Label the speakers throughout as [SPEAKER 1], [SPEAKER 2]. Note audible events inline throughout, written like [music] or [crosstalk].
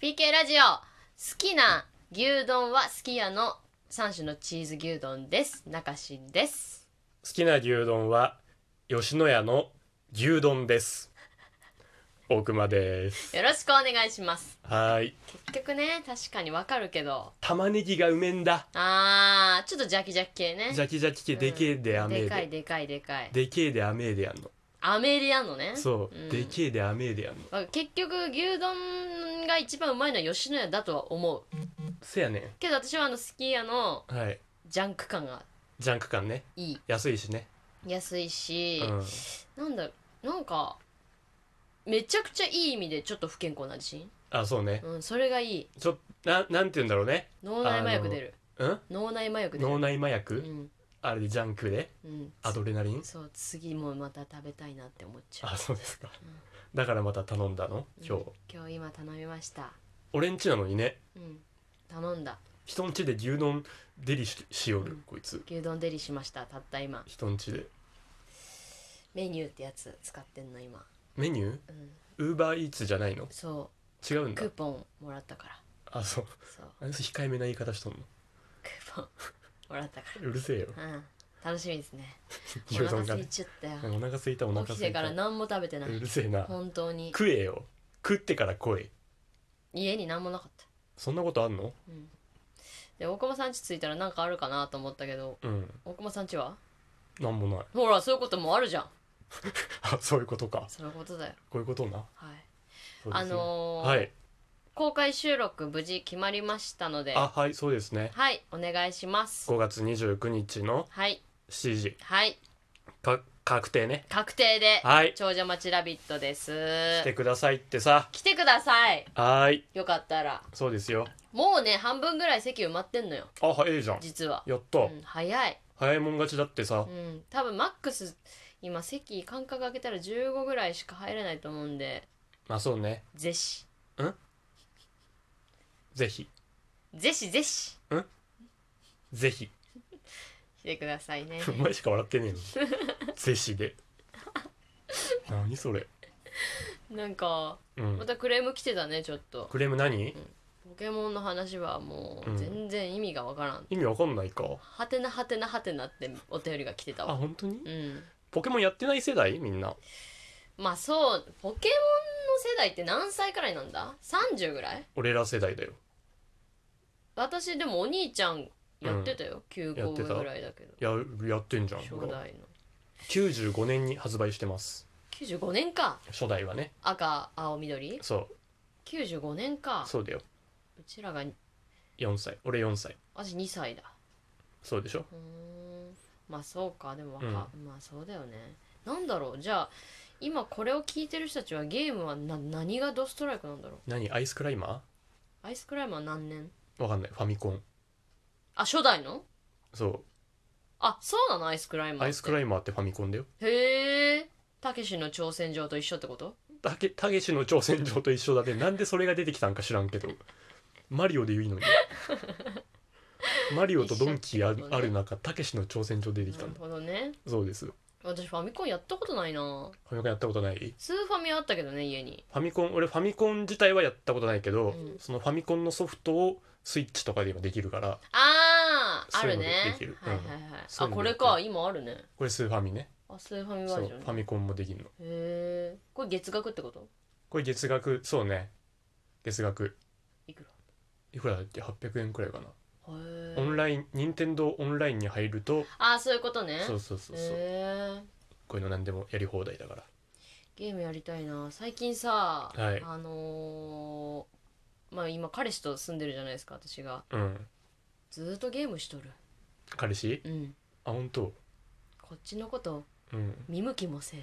[SPEAKER 1] PK ラジオ好きな牛丼はすき家の3種のチーズ牛丼です中志です
[SPEAKER 2] 好きな牛丼は吉野家の牛丼です大熊です
[SPEAKER 1] よろしくお願いします
[SPEAKER 2] はーい
[SPEAKER 1] 結局ね確かにわかるけど
[SPEAKER 2] 玉ねぎがうめんだ
[SPEAKER 1] あーちょっとジャキジャキ系ね
[SPEAKER 2] ジャキジャキ系でけえであめえ
[SPEAKER 1] でかい
[SPEAKER 2] で
[SPEAKER 1] でかいでかい
[SPEAKER 2] でけえであめえでやんの
[SPEAKER 1] アメリアンのね
[SPEAKER 2] そう、
[SPEAKER 1] うん
[SPEAKER 2] でけえであめえでやんの
[SPEAKER 1] まあ結局牛丼が一番うまいのは吉野家だとは思う
[SPEAKER 2] せやね
[SPEAKER 1] けど私はあのすき家の
[SPEAKER 2] んはい
[SPEAKER 1] ジャンク感が
[SPEAKER 2] ジャンク感ね
[SPEAKER 1] いい
[SPEAKER 2] 安いしね
[SPEAKER 1] 安いし、
[SPEAKER 2] うん
[SPEAKER 1] なんだなんかめちゃくちゃいい意味でちょっと不健康な自信、
[SPEAKER 2] あそうね
[SPEAKER 1] うん、それがいい
[SPEAKER 2] ちょななんて言うんだろうね
[SPEAKER 1] 脳内麻薬出る
[SPEAKER 2] うん
[SPEAKER 1] 脳内麻薬出
[SPEAKER 2] 脳
[SPEAKER 1] る
[SPEAKER 2] 内麻薬、
[SPEAKER 1] うん
[SPEAKER 2] あれでジャンクで
[SPEAKER 1] うん
[SPEAKER 2] アドレナリン
[SPEAKER 1] そう次もまた食べたいなって思っちゃう
[SPEAKER 2] あそうですか、
[SPEAKER 1] うん
[SPEAKER 2] だからまた頼んだの今日、
[SPEAKER 1] うん今日今頼みました
[SPEAKER 2] 俺んちなのにね
[SPEAKER 1] うん頼んだ
[SPEAKER 2] 人んちで牛丼デリししよる、
[SPEAKER 1] うん
[SPEAKER 2] こいつ
[SPEAKER 1] 牛丼デリしましたたった今
[SPEAKER 2] 人んちで
[SPEAKER 1] メニューってやつ使ってんの今
[SPEAKER 2] メニュー
[SPEAKER 1] うん
[SPEAKER 2] ウーバーイーツじゃないの
[SPEAKER 1] そ
[SPEAKER 2] 違うん
[SPEAKER 1] う
[SPEAKER 2] だ
[SPEAKER 1] クーポンもらったから
[SPEAKER 2] あそう
[SPEAKER 1] そう
[SPEAKER 2] あれ控えめな言い方しとんの
[SPEAKER 1] クーポンもらったか
[SPEAKER 2] うるせえよ [laughs]
[SPEAKER 1] らうん楽しみですねお
[SPEAKER 2] 牛
[SPEAKER 1] 腹
[SPEAKER 2] 丼
[SPEAKER 1] 空
[SPEAKER 2] が
[SPEAKER 1] い
[SPEAKER 2] ね
[SPEAKER 1] ちゃったよ
[SPEAKER 2] お腹すいたお腹
[SPEAKER 1] 起き
[SPEAKER 2] す
[SPEAKER 1] て
[SPEAKER 2] い
[SPEAKER 1] から
[SPEAKER 2] た
[SPEAKER 1] 何も食べてな
[SPEAKER 2] う
[SPEAKER 1] い
[SPEAKER 2] るせえな
[SPEAKER 1] 本当に
[SPEAKER 2] 食えよ食ってから来い
[SPEAKER 1] 家に何もなかった
[SPEAKER 2] そんなことあんの
[SPEAKER 1] うんで大熊さん家着いたら何かあるかなと思ったけど
[SPEAKER 2] うん
[SPEAKER 1] 大熊さん家は
[SPEAKER 2] なんもない [laughs]
[SPEAKER 1] ほらそういうこともあるじゃん
[SPEAKER 2] あそういうことか
[SPEAKER 1] そういうことだよ
[SPEAKER 2] こういうことな
[SPEAKER 1] はい
[SPEAKER 2] そうです
[SPEAKER 1] あ
[SPEAKER 2] ね
[SPEAKER 1] のー
[SPEAKER 2] はい
[SPEAKER 1] 公開収録無事決まりましたので
[SPEAKER 2] あはいそうですね
[SPEAKER 1] はいお願いします
[SPEAKER 2] 5月29日の
[SPEAKER 1] はい
[SPEAKER 2] 7時
[SPEAKER 1] はい
[SPEAKER 2] か確定ね
[SPEAKER 1] 確定で
[SPEAKER 2] はい
[SPEAKER 1] 長者町ラビットです
[SPEAKER 2] 来てくださいってさ
[SPEAKER 1] 来てください
[SPEAKER 2] はい
[SPEAKER 1] よかったら
[SPEAKER 2] そうですよ
[SPEAKER 1] もうね半分ぐらい席埋まってんのよ
[SPEAKER 2] あはいいいじゃん
[SPEAKER 1] 実は、
[SPEAKER 2] やっと
[SPEAKER 1] うん、早い、
[SPEAKER 2] 早いもん勝ちだって
[SPEAKER 1] う
[SPEAKER 2] さ
[SPEAKER 1] ん、多分マックス今席間隔空けたら15ぐらいしか入れないと思うんで
[SPEAKER 2] まあそうね
[SPEAKER 1] ぜし
[SPEAKER 2] ぜひ
[SPEAKER 1] ぜしぜし
[SPEAKER 2] ぜひ
[SPEAKER 1] 来てくださいね
[SPEAKER 2] お前しか笑ってねえ
[SPEAKER 1] [laughs]
[SPEAKER 2] のぜひで何それ
[SPEAKER 1] なんか
[SPEAKER 2] う
[SPEAKER 1] ま
[SPEAKER 2] ん
[SPEAKER 1] たクレーム来てたねちょっと
[SPEAKER 2] クレーム何
[SPEAKER 1] ポケモンの話はも
[SPEAKER 2] う
[SPEAKER 1] うん全然意味がわからん、
[SPEAKER 2] 意味わかんないか
[SPEAKER 1] はてなはてなはてなってお便りが来てた
[SPEAKER 2] あ
[SPEAKER 1] わ
[SPEAKER 2] 本当に
[SPEAKER 1] うん
[SPEAKER 2] ポケモンやってない世代みんな
[SPEAKER 1] まあそうポケモンの世代って何歳くらいなんだ ?30 ぐらい
[SPEAKER 2] 俺ら世代だよ
[SPEAKER 1] 私でもお兄ちゃんやってたよ、九9
[SPEAKER 2] やっ
[SPEAKER 1] 号
[SPEAKER 2] てた
[SPEAKER 1] ぐらいだけど
[SPEAKER 2] ややってんじゃん
[SPEAKER 1] 初
[SPEAKER 2] ほら
[SPEAKER 1] 代の
[SPEAKER 2] 95年に発売してます
[SPEAKER 1] 95年か
[SPEAKER 2] 初代はね
[SPEAKER 1] 赤青緑
[SPEAKER 2] そ
[SPEAKER 1] 95年
[SPEAKER 2] う
[SPEAKER 1] か
[SPEAKER 2] そうだよ
[SPEAKER 1] うちらが
[SPEAKER 2] 4歳俺4歳
[SPEAKER 1] 私2歳だ
[SPEAKER 2] そうでしょ
[SPEAKER 1] うーんまあそうかでもわか、まあそうだよねなんだろうじゃあ今これを聞いてる人たちはゲームはな何がドストライクなんだろ
[SPEAKER 2] 何アイスクライマ
[SPEAKER 1] うアイスクライマー何年
[SPEAKER 2] ーわかんないファミコン
[SPEAKER 1] あ初代の
[SPEAKER 2] そ
[SPEAKER 1] あそうなのアイスクライマーっ
[SPEAKER 2] う
[SPEAKER 1] て
[SPEAKER 2] アイスクライマーってファミコンだよ
[SPEAKER 1] へえたけしの挑戦状と一緒ってこと
[SPEAKER 2] たけたけしの挑戦状と一緒だねなんでそれが出てきたんか知らんけどマリオでいいのにマリオとドンキー
[SPEAKER 1] 一緒
[SPEAKER 2] あ,、
[SPEAKER 1] ってことね
[SPEAKER 2] ある中たけしの挑戦状出てき
[SPEAKER 1] な
[SPEAKER 2] た
[SPEAKER 1] る
[SPEAKER 2] んだ
[SPEAKER 1] ほどね
[SPEAKER 2] そうですフ
[SPEAKER 1] 私ファミコンやったことないな
[SPEAKER 2] ァミコンやったことない
[SPEAKER 1] スーファミはあったけどね家に
[SPEAKER 2] ファミコン俺ファミコン自体はやったことないけ
[SPEAKER 1] う
[SPEAKER 2] ど、
[SPEAKER 1] ん
[SPEAKER 2] そのファミコンのソフトをスイッチとかで今できるから
[SPEAKER 1] あああ
[SPEAKER 2] そうい
[SPEAKER 1] る
[SPEAKER 2] うの
[SPEAKER 1] ね
[SPEAKER 2] できる
[SPEAKER 1] はいはいはい、
[SPEAKER 2] そう
[SPEAKER 1] あ
[SPEAKER 2] いうのできる
[SPEAKER 1] これか今あるね
[SPEAKER 2] これスーファミね
[SPEAKER 1] あスーファミバ
[SPEAKER 2] そう
[SPEAKER 1] ー
[SPEAKER 2] フ
[SPEAKER 1] ジョンね
[SPEAKER 2] ァミコンもできるの
[SPEAKER 1] へえこれ月額ってこと
[SPEAKER 2] これ月額そうね月額
[SPEAKER 1] いくら
[SPEAKER 2] いくらだっけ800円くらいかな、
[SPEAKER 1] へ
[SPEAKER 2] オン
[SPEAKER 1] イン
[SPEAKER 2] ライン任天堂オンラインに入ると
[SPEAKER 1] あそういうことね
[SPEAKER 2] そうそうそうそう
[SPEAKER 1] へえ
[SPEAKER 2] こういうの何でもやり放題だから
[SPEAKER 1] ゲームやりたいな最近さ、
[SPEAKER 2] はい
[SPEAKER 1] あのーまあ今彼氏と住んでるじゃないですか私が
[SPEAKER 2] うん
[SPEAKER 1] ずーっとゲームしとる
[SPEAKER 2] 彼氏
[SPEAKER 1] うん
[SPEAKER 2] あ本当
[SPEAKER 1] こっちのこと
[SPEAKER 2] うん
[SPEAKER 1] 見向きもせん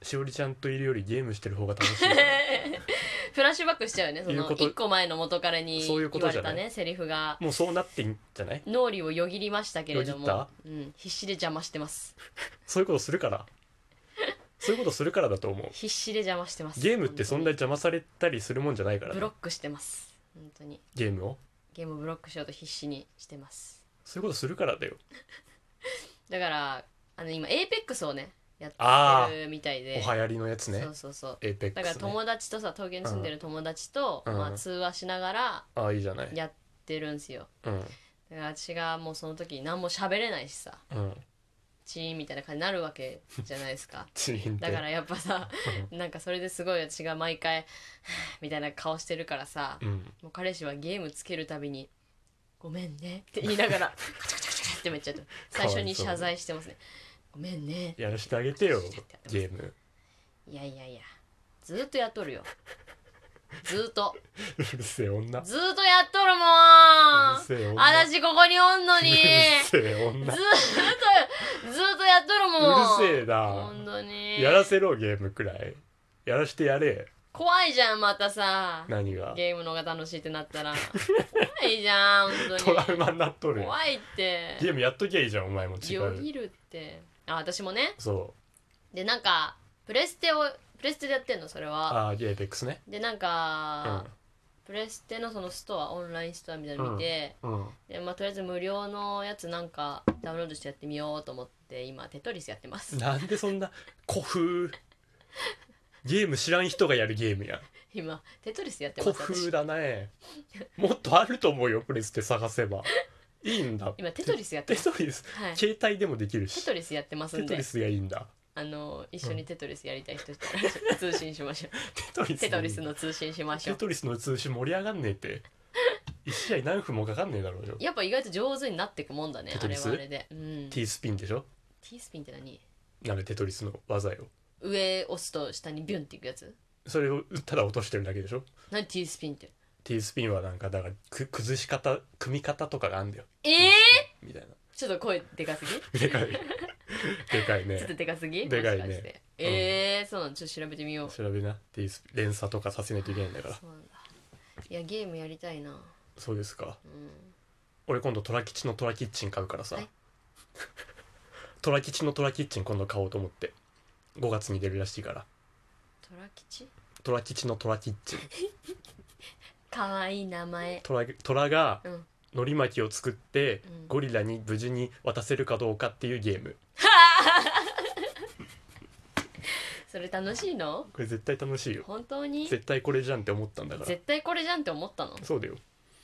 [SPEAKER 2] しおりちゃんといるよりゲームしてる方が楽しいから
[SPEAKER 1] フラッシュバックしちゃうよねそ
[SPEAKER 2] いう
[SPEAKER 1] の
[SPEAKER 2] こと
[SPEAKER 1] 1個前の元彼に
[SPEAKER 2] そうい
[SPEAKER 1] 言
[SPEAKER 2] うこと
[SPEAKER 1] われ
[SPEAKER 2] じゃな
[SPEAKER 1] た
[SPEAKER 2] い
[SPEAKER 1] ねセリフが
[SPEAKER 2] もうそうなってんじゃない
[SPEAKER 1] 脳裏をよぎりましたけれど
[SPEAKER 2] よ
[SPEAKER 1] も、うん、必死で邪魔してます
[SPEAKER 2] そういうことするからそういうことするからだと思う
[SPEAKER 1] 必死で邪魔してます
[SPEAKER 2] ゲームってそんな
[SPEAKER 1] 本
[SPEAKER 2] 邪魔されたりするもんじゃないか
[SPEAKER 1] 当に
[SPEAKER 2] ら、
[SPEAKER 1] ブロッ
[SPEAKER 2] ね、
[SPEAKER 1] クしてます本当に
[SPEAKER 2] ゲームを
[SPEAKER 1] ゲームブロックしようと必死にしてます
[SPEAKER 2] そういうことするからだよ
[SPEAKER 1] だからあの今エイペックスをねやっ
[SPEAKER 2] あ
[SPEAKER 1] てるみたいで、
[SPEAKER 2] おはやりのやつね
[SPEAKER 1] そうそうそう
[SPEAKER 2] エーペッ
[SPEAKER 1] だ
[SPEAKER 2] ク
[SPEAKER 1] から
[SPEAKER 2] ス、ね、
[SPEAKER 1] 友達とさ東京に住んでる友達と、
[SPEAKER 2] うん
[SPEAKER 1] まあ、通話しながら
[SPEAKER 2] ああいいじゃない
[SPEAKER 1] やってるんですよ
[SPEAKER 2] うん
[SPEAKER 1] だから私がもうその時何も喋れないしさ
[SPEAKER 2] うん
[SPEAKER 1] チーンみたいな感じになるわけじゃないです
[SPEAKER 2] [laughs]
[SPEAKER 1] か
[SPEAKER 2] チーンって
[SPEAKER 1] だからやっぱさなんかそれですごい私が毎回みたいな顔してるからさ
[SPEAKER 2] うん
[SPEAKER 1] もう彼氏はゲームつけるたびに「ごめんね」って言いながらカチャカチャカチャってめっちゃやって最初に謝罪してますね「ごめんね
[SPEAKER 2] やらしてあげてよゲーム」
[SPEAKER 1] いやいやいやずーっとやっとる
[SPEAKER 2] [laughs]
[SPEAKER 1] よずーっと
[SPEAKER 2] うるせえ女うる
[SPEAKER 1] ずーっとやっとるもん
[SPEAKER 2] せえ女
[SPEAKER 1] 私ここにおんの
[SPEAKER 2] う
[SPEAKER 1] に
[SPEAKER 2] る
[SPEAKER 1] ず
[SPEAKER 2] せえ
[SPEAKER 1] ーっ
[SPEAKER 2] 女
[SPEAKER 1] と
[SPEAKER 2] うる
[SPEAKER 1] ずーっとやっとるもん
[SPEAKER 2] せえな
[SPEAKER 1] 本当に
[SPEAKER 2] やらせろゲームくらいやらしてやれ
[SPEAKER 1] 怖いじゃんまたさ
[SPEAKER 2] 何が
[SPEAKER 1] ゲームの方が楽しいってな
[SPEAKER 2] [laughs]
[SPEAKER 1] ったら怖いじゃん
[SPEAKER 2] ト
[SPEAKER 1] 本
[SPEAKER 2] ラ
[SPEAKER 1] 当に
[SPEAKER 2] ウマになっとる
[SPEAKER 1] 怖いって
[SPEAKER 2] ゲームやっときゃいいじゃんお前も違
[SPEAKER 1] よ
[SPEAKER 2] う
[SPEAKER 1] ぎるってあ私もね
[SPEAKER 2] そう
[SPEAKER 1] でなんかプレステをプレステでやってんのそれは
[SPEAKER 2] ああゲーペックスね
[SPEAKER 1] でなんか、プレステのそのストアオンラインストアみたいなの見て、
[SPEAKER 2] うんうん
[SPEAKER 1] でまあ、とりあえず無料のやつなんかダウンロードしてやってみようと思って今テトリスやってます
[SPEAKER 2] なんでそんな古風ゲーム知らん人がやるゲームや
[SPEAKER 1] [laughs] 今テトリスやってま
[SPEAKER 2] 古
[SPEAKER 1] す私
[SPEAKER 2] 風だねもっとあると思うよプレステ探せばいいんだ
[SPEAKER 1] 今テトリスやって
[SPEAKER 2] テ
[SPEAKER 1] ます
[SPEAKER 2] トリス
[SPEAKER 1] はいテ
[SPEAKER 2] 携帯でもできるし
[SPEAKER 1] トリスやってます
[SPEAKER 2] テ
[SPEAKER 1] ん
[SPEAKER 2] ト
[SPEAKER 1] で
[SPEAKER 2] リスがいいんだ
[SPEAKER 1] あの一緒にテトリスやりたい人いたら通信しましょ
[SPEAKER 2] [laughs] テトリ
[SPEAKER 1] う
[SPEAKER 2] ス
[SPEAKER 1] テトリス
[SPEAKER 2] の
[SPEAKER 1] の通信しましょ
[SPEAKER 2] テ
[SPEAKER 1] う
[SPEAKER 2] トリスの通信盛り上がんねえって1試合何分もかかんねえだろうよ
[SPEAKER 1] やっぱ意外と上手になっていくもんだね
[SPEAKER 2] テ
[SPEAKER 1] あ
[SPEAKER 2] ト
[SPEAKER 1] れ
[SPEAKER 2] リス
[SPEAKER 1] はあれで、うん、
[SPEAKER 2] T スピンでしょ
[SPEAKER 1] T スピンって何
[SPEAKER 2] なんかテトリスの技よ
[SPEAKER 1] 上押すと下にビュンっていくやつ
[SPEAKER 2] それをただ落としてるだけでしょ
[SPEAKER 1] 何 T スピンって
[SPEAKER 2] T スピンはなんかだからく崩し方組み方とかがあんだよ
[SPEAKER 1] ええ
[SPEAKER 2] みたいな
[SPEAKER 1] [laughs] ちょっと声でかすぎち
[SPEAKER 2] でかいでかい
[SPEAKER 1] ょっと
[SPEAKER 2] ね
[SPEAKER 1] でかすぎ
[SPEAKER 2] でかいね
[SPEAKER 1] もししてええそうなのちょっと調べてみよう
[SPEAKER 2] 調べな T スピン連鎖とかさせないといけないんだから
[SPEAKER 1] そうなんだいやゲームやりたいな
[SPEAKER 2] そうですか
[SPEAKER 1] うん
[SPEAKER 2] 俺今度トラキチのトラキッチン買うからさ、
[SPEAKER 1] はい
[SPEAKER 2] [laughs] トラキチのトラキッチン今度買おうと思って5月に出るらしいから
[SPEAKER 1] トラ吉
[SPEAKER 2] トラ吉のトラキッ
[SPEAKER 1] [laughs]
[SPEAKER 2] チン
[SPEAKER 1] かわいい名前
[SPEAKER 2] トラトラが
[SPEAKER 1] うん
[SPEAKER 2] のり巻きを作って
[SPEAKER 1] うん
[SPEAKER 2] ゴリラに無事に渡せるかどうかっていうゲーム
[SPEAKER 1] それ楽しいの
[SPEAKER 2] これ絶対楽しいよ
[SPEAKER 1] 本当に
[SPEAKER 2] 絶対これじゃんって思ったんだから
[SPEAKER 1] 絶対これじゃんって思ったの
[SPEAKER 2] そうだよ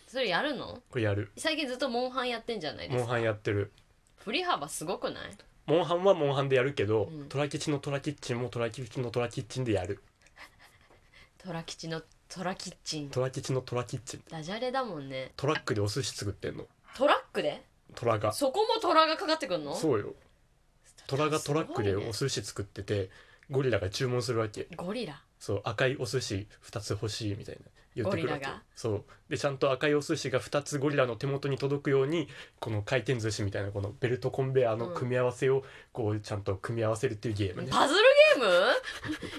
[SPEAKER 1] それやるの
[SPEAKER 2] これやる
[SPEAKER 1] 最近ずっとモンハンやってんじゃないで
[SPEAKER 2] モ
[SPEAKER 1] す
[SPEAKER 2] ン
[SPEAKER 1] か
[SPEAKER 2] ハンやってる
[SPEAKER 1] 振り幅すごくない
[SPEAKER 2] モンハンはモンハンでやるけど、
[SPEAKER 1] うん
[SPEAKER 2] トラキチのトラキッチンもトラキチのトラキッチンでやる
[SPEAKER 1] トラ吉のトラキッチン
[SPEAKER 2] トラキチのトラキッチン
[SPEAKER 1] ダジャレだもんね
[SPEAKER 2] トラックでお寿司作ってんの
[SPEAKER 1] トラックで
[SPEAKER 2] トラが
[SPEAKER 1] そこもトラがかかってくんの
[SPEAKER 2] そうよトラがトラックです
[SPEAKER 1] ごいね
[SPEAKER 2] お寿司作ってて、ゴリラが注文するわけ
[SPEAKER 1] ゴリラ
[SPEAKER 2] そう赤いお寿司2つ欲しいみたいな言ってくるわ
[SPEAKER 1] ゴリ
[SPEAKER 2] け
[SPEAKER 1] ラが
[SPEAKER 2] そうでちゃんと赤いお寿司が2つゴリラの手元に届くようにこの回転寿司みたいなこのベルトコンベアの組み合わせをこうちゃんと組み合わせるっていうゲームね、
[SPEAKER 1] パズルゲ
[SPEAKER 2] [laughs]
[SPEAKER 1] ーム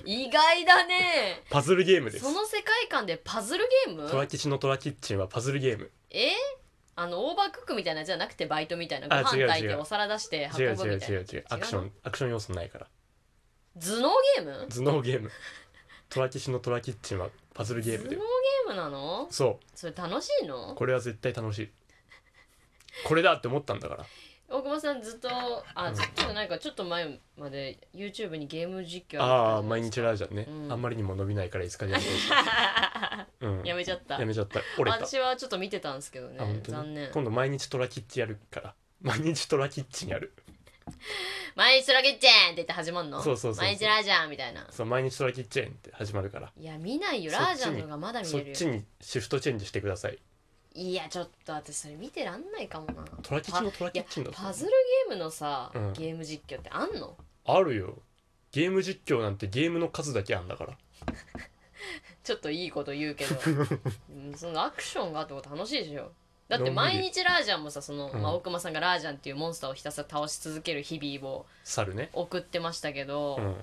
[SPEAKER 1] 意外だね
[SPEAKER 2] パズルゲームです
[SPEAKER 1] その世界観でパズルゲーム
[SPEAKER 2] トラキチのトラキッチンはパズルゲーム
[SPEAKER 1] えあのオーバークックみたいなやつじゃなくてバイトみたいなご
[SPEAKER 2] あ違
[SPEAKER 1] 飯
[SPEAKER 2] う
[SPEAKER 1] 炊い
[SPEAKER 2] 違
[SPEAKER 1] て
[SPEAKER 2] う
[SPEAKER 1] お皿出して
[SPEAKER 2] 違
[SPEAKER 1] 運
[SPEAKER 2] う
[SPEAKER 1] ぶ
[SPEAKER 2] 違う
[SPEAKER 1] みたい
[SPEAKER 2] 違
[SPEAKER 1] な
[SPEAKER 2] う違うアクションアクション要素ないから
[SPEAKER 1] 頭脳ゲーム
[SPEAKER 2] 頭脳ゲーム [laughs] トラキチのトラキッチンはパズルゲー
[SPEAKER 1] 頭脳
[SPEAKER 2] ムで
[SPEAKER 1] ゲームなの
[SPEAKER 2] そ
[SPEAKER 1] それ楽しいうの
[SPEAKER 2] これは絶対楽しいこれだって思ったんだから
[SPEAKER 1] 大久保さんずっとあずっとじゃないかちょっと前まで YouTube にゲーム実況
[SPEAKER 2] ああ
[SPEAKER 1] やってたじゃないですか
[SPEAKER 2] 毎日ラジャーね、
[SPEAKER 1] うん
[SPEAKER 2] あんまりにも伸びないからいつかやめよう、うん、
[SPEAKER 1] [laughs] やめちゃった
[SPEAKER 2] やめちゃった折れた、
[SPEAKER 1] 私はちょっと見てたんですけどね
[SPEAKER 2] あ本当に
[SPEAKER 1] 残念
[SPEAKER 2] 今度毎日トラキッチやるから毎日トラキッチやる
[SPEAKER 1] 毎日ラゲッチェーンって言って始まんの
[SPEAKER 2] そうそうそうそう
[SPEAKER 1] 毎日ラジャーみたいな
[SPEAKER 2] そう毎日トラキッチェーンって始まるから
[SPEAKER 1] いや見ないよ
[SPEAKER 2] そっちに
[SPEAKER 1] ラージャンの方がまだ見
[SPEAKER 2] そ
[SPEAKER 1] れ
[SPEAKER 2] っ
[SPEAKER 1] る
[SPEAKER 2] ち
[SPEAKER 1] よ
[SPEAKER 2] にシフトチェンジしてください
[SPEAKER 1] いやちょっと私それ見てらんないかもな
[SPEAKER 2] トラキッチのトラキッチンだぞ
[SPEAKER 1] パズルゲームのさ、
[SPEAKER 2] うん
[SPEAKER 1] ゲーム実況ってあんの
[SPEAKER 2] あるよゲーム実況なんてゲームの数だけあんだから
[SPEAKER 1] ちょっといいこと言う
[SPEAKER 2] [laughs]
[SPEAKER 1] けど、うんそのアクションがあってこと楽しいでしょだって毎日ラージャンもさその、
[SPEAKER 2] うん
[SPEAKER 1] まあ、大熊さんがラージャンっていうモンスターをひたすら倒し続ける日々を
[SPEAKER 2] 猿ね
[SPEAKER 1] 送ってましたけど、
[SPEAKER 2] うん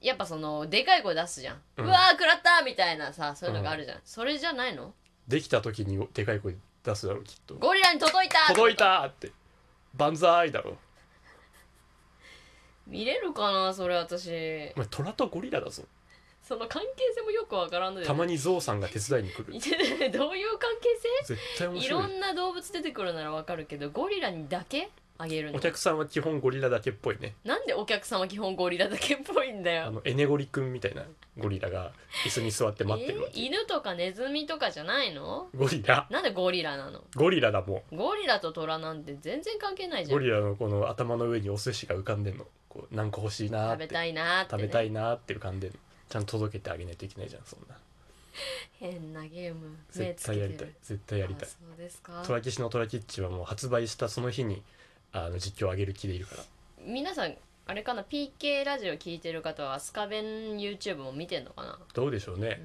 [SPEAKER 1] やっぱそのでかい声出すじゃん、
[SPEAKER 2] う
[SPEAKER 1] うんわー食らったみたいなさそういうのがあるじゃん、それじゃないの
[SPEAKER 2] できた時にでかい声出すだろうきっと
[SPEAKER 1] ゴリラに届いた
[SPEAKER 2] 届いたーって万歳だろ
[SPEAKER 1] 見れるかなそれ私
[SPEAKER 2] お前トラとゴリラだぞ
[SPEAKER 1] その関係性もよくわからんのよね [laughs]
[SPEAKER 2] たまにゾウさんが手伝いに来る
[SPEAKER 1] いやどういう関係
[SPEAKER 2] 絶対面
[SPEAKER 1] 性い
[SPEAKER 2] 白
[SPEAKER 1] ろ
[SPEAKER 2] い
[SPEAKER 1] んな動物出てくるならわかるけどゴリラにだけあげるの
[SPEAKER 2] お客さんは基本ゴリラだけっぽいね
[SPEAKER 1] なんでお客さんは基本ゴリラだけっぽいんだ
[SPEAKER 2] あ
[SPEAKER 1] よ
[SPEAKER 2] のエネゴリくんみたいなゴリラが椅子に座って待ってるわ
[SPEAKER 1] え
[SPEAKER 2] け、
[SPEAKER 1] ー犬とかネズミとかじゃないの
[SPEAKER 2] ゴリラ
[SPEAKER 1] なんでゴリラなの
[SPEAKER 2] ゴリラだも
[SPEAKER 1] ゴリラと虎なんて全然関係ない
[SPEAKER 2] ん
[SPEAKER 1] じゃ
[SPEAKER 2] ゴ
[SPEAKER 1] ん
[SPEAKER 2] リラのこの頭の上にお寿司が浮かんでんのこう何個欲しいなーっ
[SPEAKER 1] 食
[SPEAKER 2] て
[SPEAKER 1] べたいなーって、
[SPEAKER 2] 食
[SPEAKER 1] ね、
[SPEAKER 2] べたいなーって浮かんでんのちゃんと届けてあげないといけないじゃんそんな
[SPEAKER 1] 変なゲーム目
[SPEAKER 2] 絶
[SPEAKER 1] つけ
[SPEAKER 2] 対
[SPEAKER 1] て
[SPEAKER 2] やりたい
[SPEAKER 1] る
[SPEAKER 2] 絶対やりたい
[SPEAKER 1] あそうですか
[SPEAKER 2] トラキシのトラキッチはもう発売したその日にあの実況を上げる気でいるから
[SPEAKER 1] 皆さんあれかな PK ラジオ聞いてる方はスカベン YouTube も見てんのかな、
[SPEAKER 2] どうでしょう
[SPEAKER 1] う
[SPEAKER 2] ね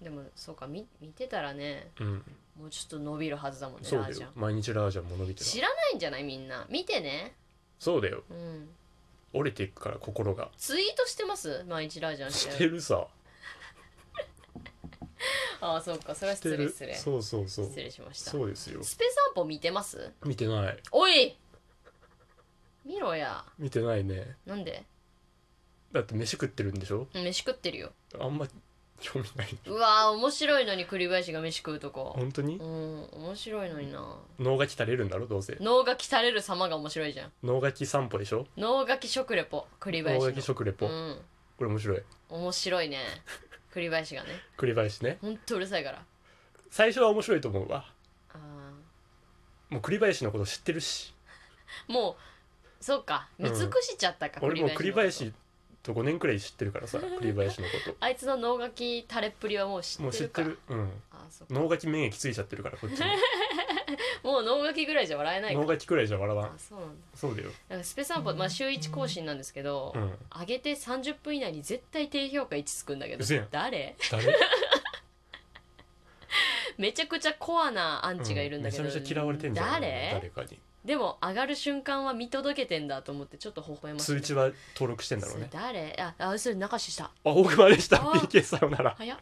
[SPEAKER 1] ん、でもそうか見見てたらね
[SPEAKER 2] うん
[SPEAKER 1] もうちょっと伸びるはずだもんね
[SPEAKER 2] そう
[SPEAKER 1] ラ
[SPEAKER 2] だ
[SPEAKER 1] ージャ
[SPEAKER 2] よ
[SPEAKER 1] ン
[SPEAKER 2] 毎日ラージャンも伸びてる
[SPEAKER 1] 知らないんじゃないみんな見てね
[SPEAKER 2] そうだよ
[SPEAKER 1] うん
[SPEAKER 2] 折れていくから心が
[SPEAKER 1] ツイートしてます毎日ラージャンし
[SPEAKER 2] しててるさ
[SPEAKER 1] ああそうかそれは
[SPEAKER 2] して
[SPEAKER 1] 失礼
[SPEAKER 2] る
[SPEAKER 1] 失礼失
[SPEAKER 2] そうそうそう
[SPEAKER 1] 礼しました
[SPEAKER 2] そうですよ
[SPEAKER 1] スペ散歩見てます
[SPEAKER 2] 見てない
[SPEAKER 1] おい見ろや
[SPEAKER 2] 見てないね
[SPEAKER 1] なんで
[SPEAKER 2] だって飯食ってるんでしょ
[SPEAKER 1] 飯食ってるよ
[SPEAKER 2] あんま興味ないう
[SPEAKER 1] わー面白いのに栗林が飯食うとこ
[SPEAKER 2] 本当に
[SPEAKER 1] うん面白いのにな
[SPEAKER 2] 脳がき垂れるんだろどうせ
[SPEAKER 1] 脳がきされる様が面白いじゃん
[SPEAKER 2] 脳がき散歩でしょ
[SPEAKER 1] 脳がき食レポ栗
[SPEAKER 2] 脳
[SPEAKER 1] 林
[SPEAKER 2] が
[SPEAKER 1] の
[SPEAKER 2] き食レポ、
[SPEAKER 1] うん
[SPEAKER 2] これ面白い
[SPEAKER 1] 面白いね栗林がね
[SPEAKER 2] 栗林ね
[SPEAKER 1] ほんとうるさいから
[SPEAKER 2] 最初は面白いと思うわ
[SPEAKER 1] あ
[SPEAKER 2] もう栗林のこと知ってるし
[SPEAKER 1] ーもうそうか
[SPEAKER 2] うん
[SPEAKER 1] 見尽くしちゃったか、
[SPEAKER 2] 俺もう栗
[SPEAKER 1] のこと
[SPEAKER 2] 林と5年くらい知って
[SPEAKER 1] [laughs]
[SPEAKER 2] るからさ栗林のこ
[SPEAKER 1] あいつの脳がき垂れっぷりはもう知
[SPEAKER 2] とも
[SPEAKER 1] っ
[SPEAKER 2] う
[SPEAKER 1] て
[SPEAKER 2] 知っ
[SPEAKER 1] るか
[SPEAKER 2] てるうん
[SPEAKER 1] あーそう
[SPEAKER 2] 脳がき免疫ついちゃってるからこっちに
[SPEAKER 1] もう脳がきぐらいじゃ笑えない
[SPEAKER 2] 脳
[SPEAKER 1] か
[SPEAKER 2] がきくらいじゃ笑
[SPEAKER 1] あ
[SPEAKER 2] わん
[SPEAKER 1] そうなんだ
[SPEAKER 2] そうだよ
[SPEAKER 1] だからスペ散歩、まあ、週1更新なんですけど、
[SPEAKER 2] うん
[SPEAKER 1] 上げて30分以内に絶対低評価1つくんだけど
[SPEAKER 2] うそやん
[SPEAKER 1] 誰
[SPEAKER 2] 誰
[SPEAKER 1] めちゃくちゃコアなアンチがいるんだけど、
[SPEAKER 2] うめちゃめちゃ嫌われてんじゃん
[SPEAKER 1] 誰
[SPEAKER 2] 誰かに
[SPEAKER 1] でも上がる瞬間は見届けてんだと思ってちょっと微笑まし
[SPEAKER 2] 通知は登録してんだろうね
[SPEAKER 1] 誰ああそれ流しした
[SPEAKER 2] あ大熊でした
[SPEAKER 1] あー
[SPEAKER 2] PK さよなら
[SPEAKER 1] 早っ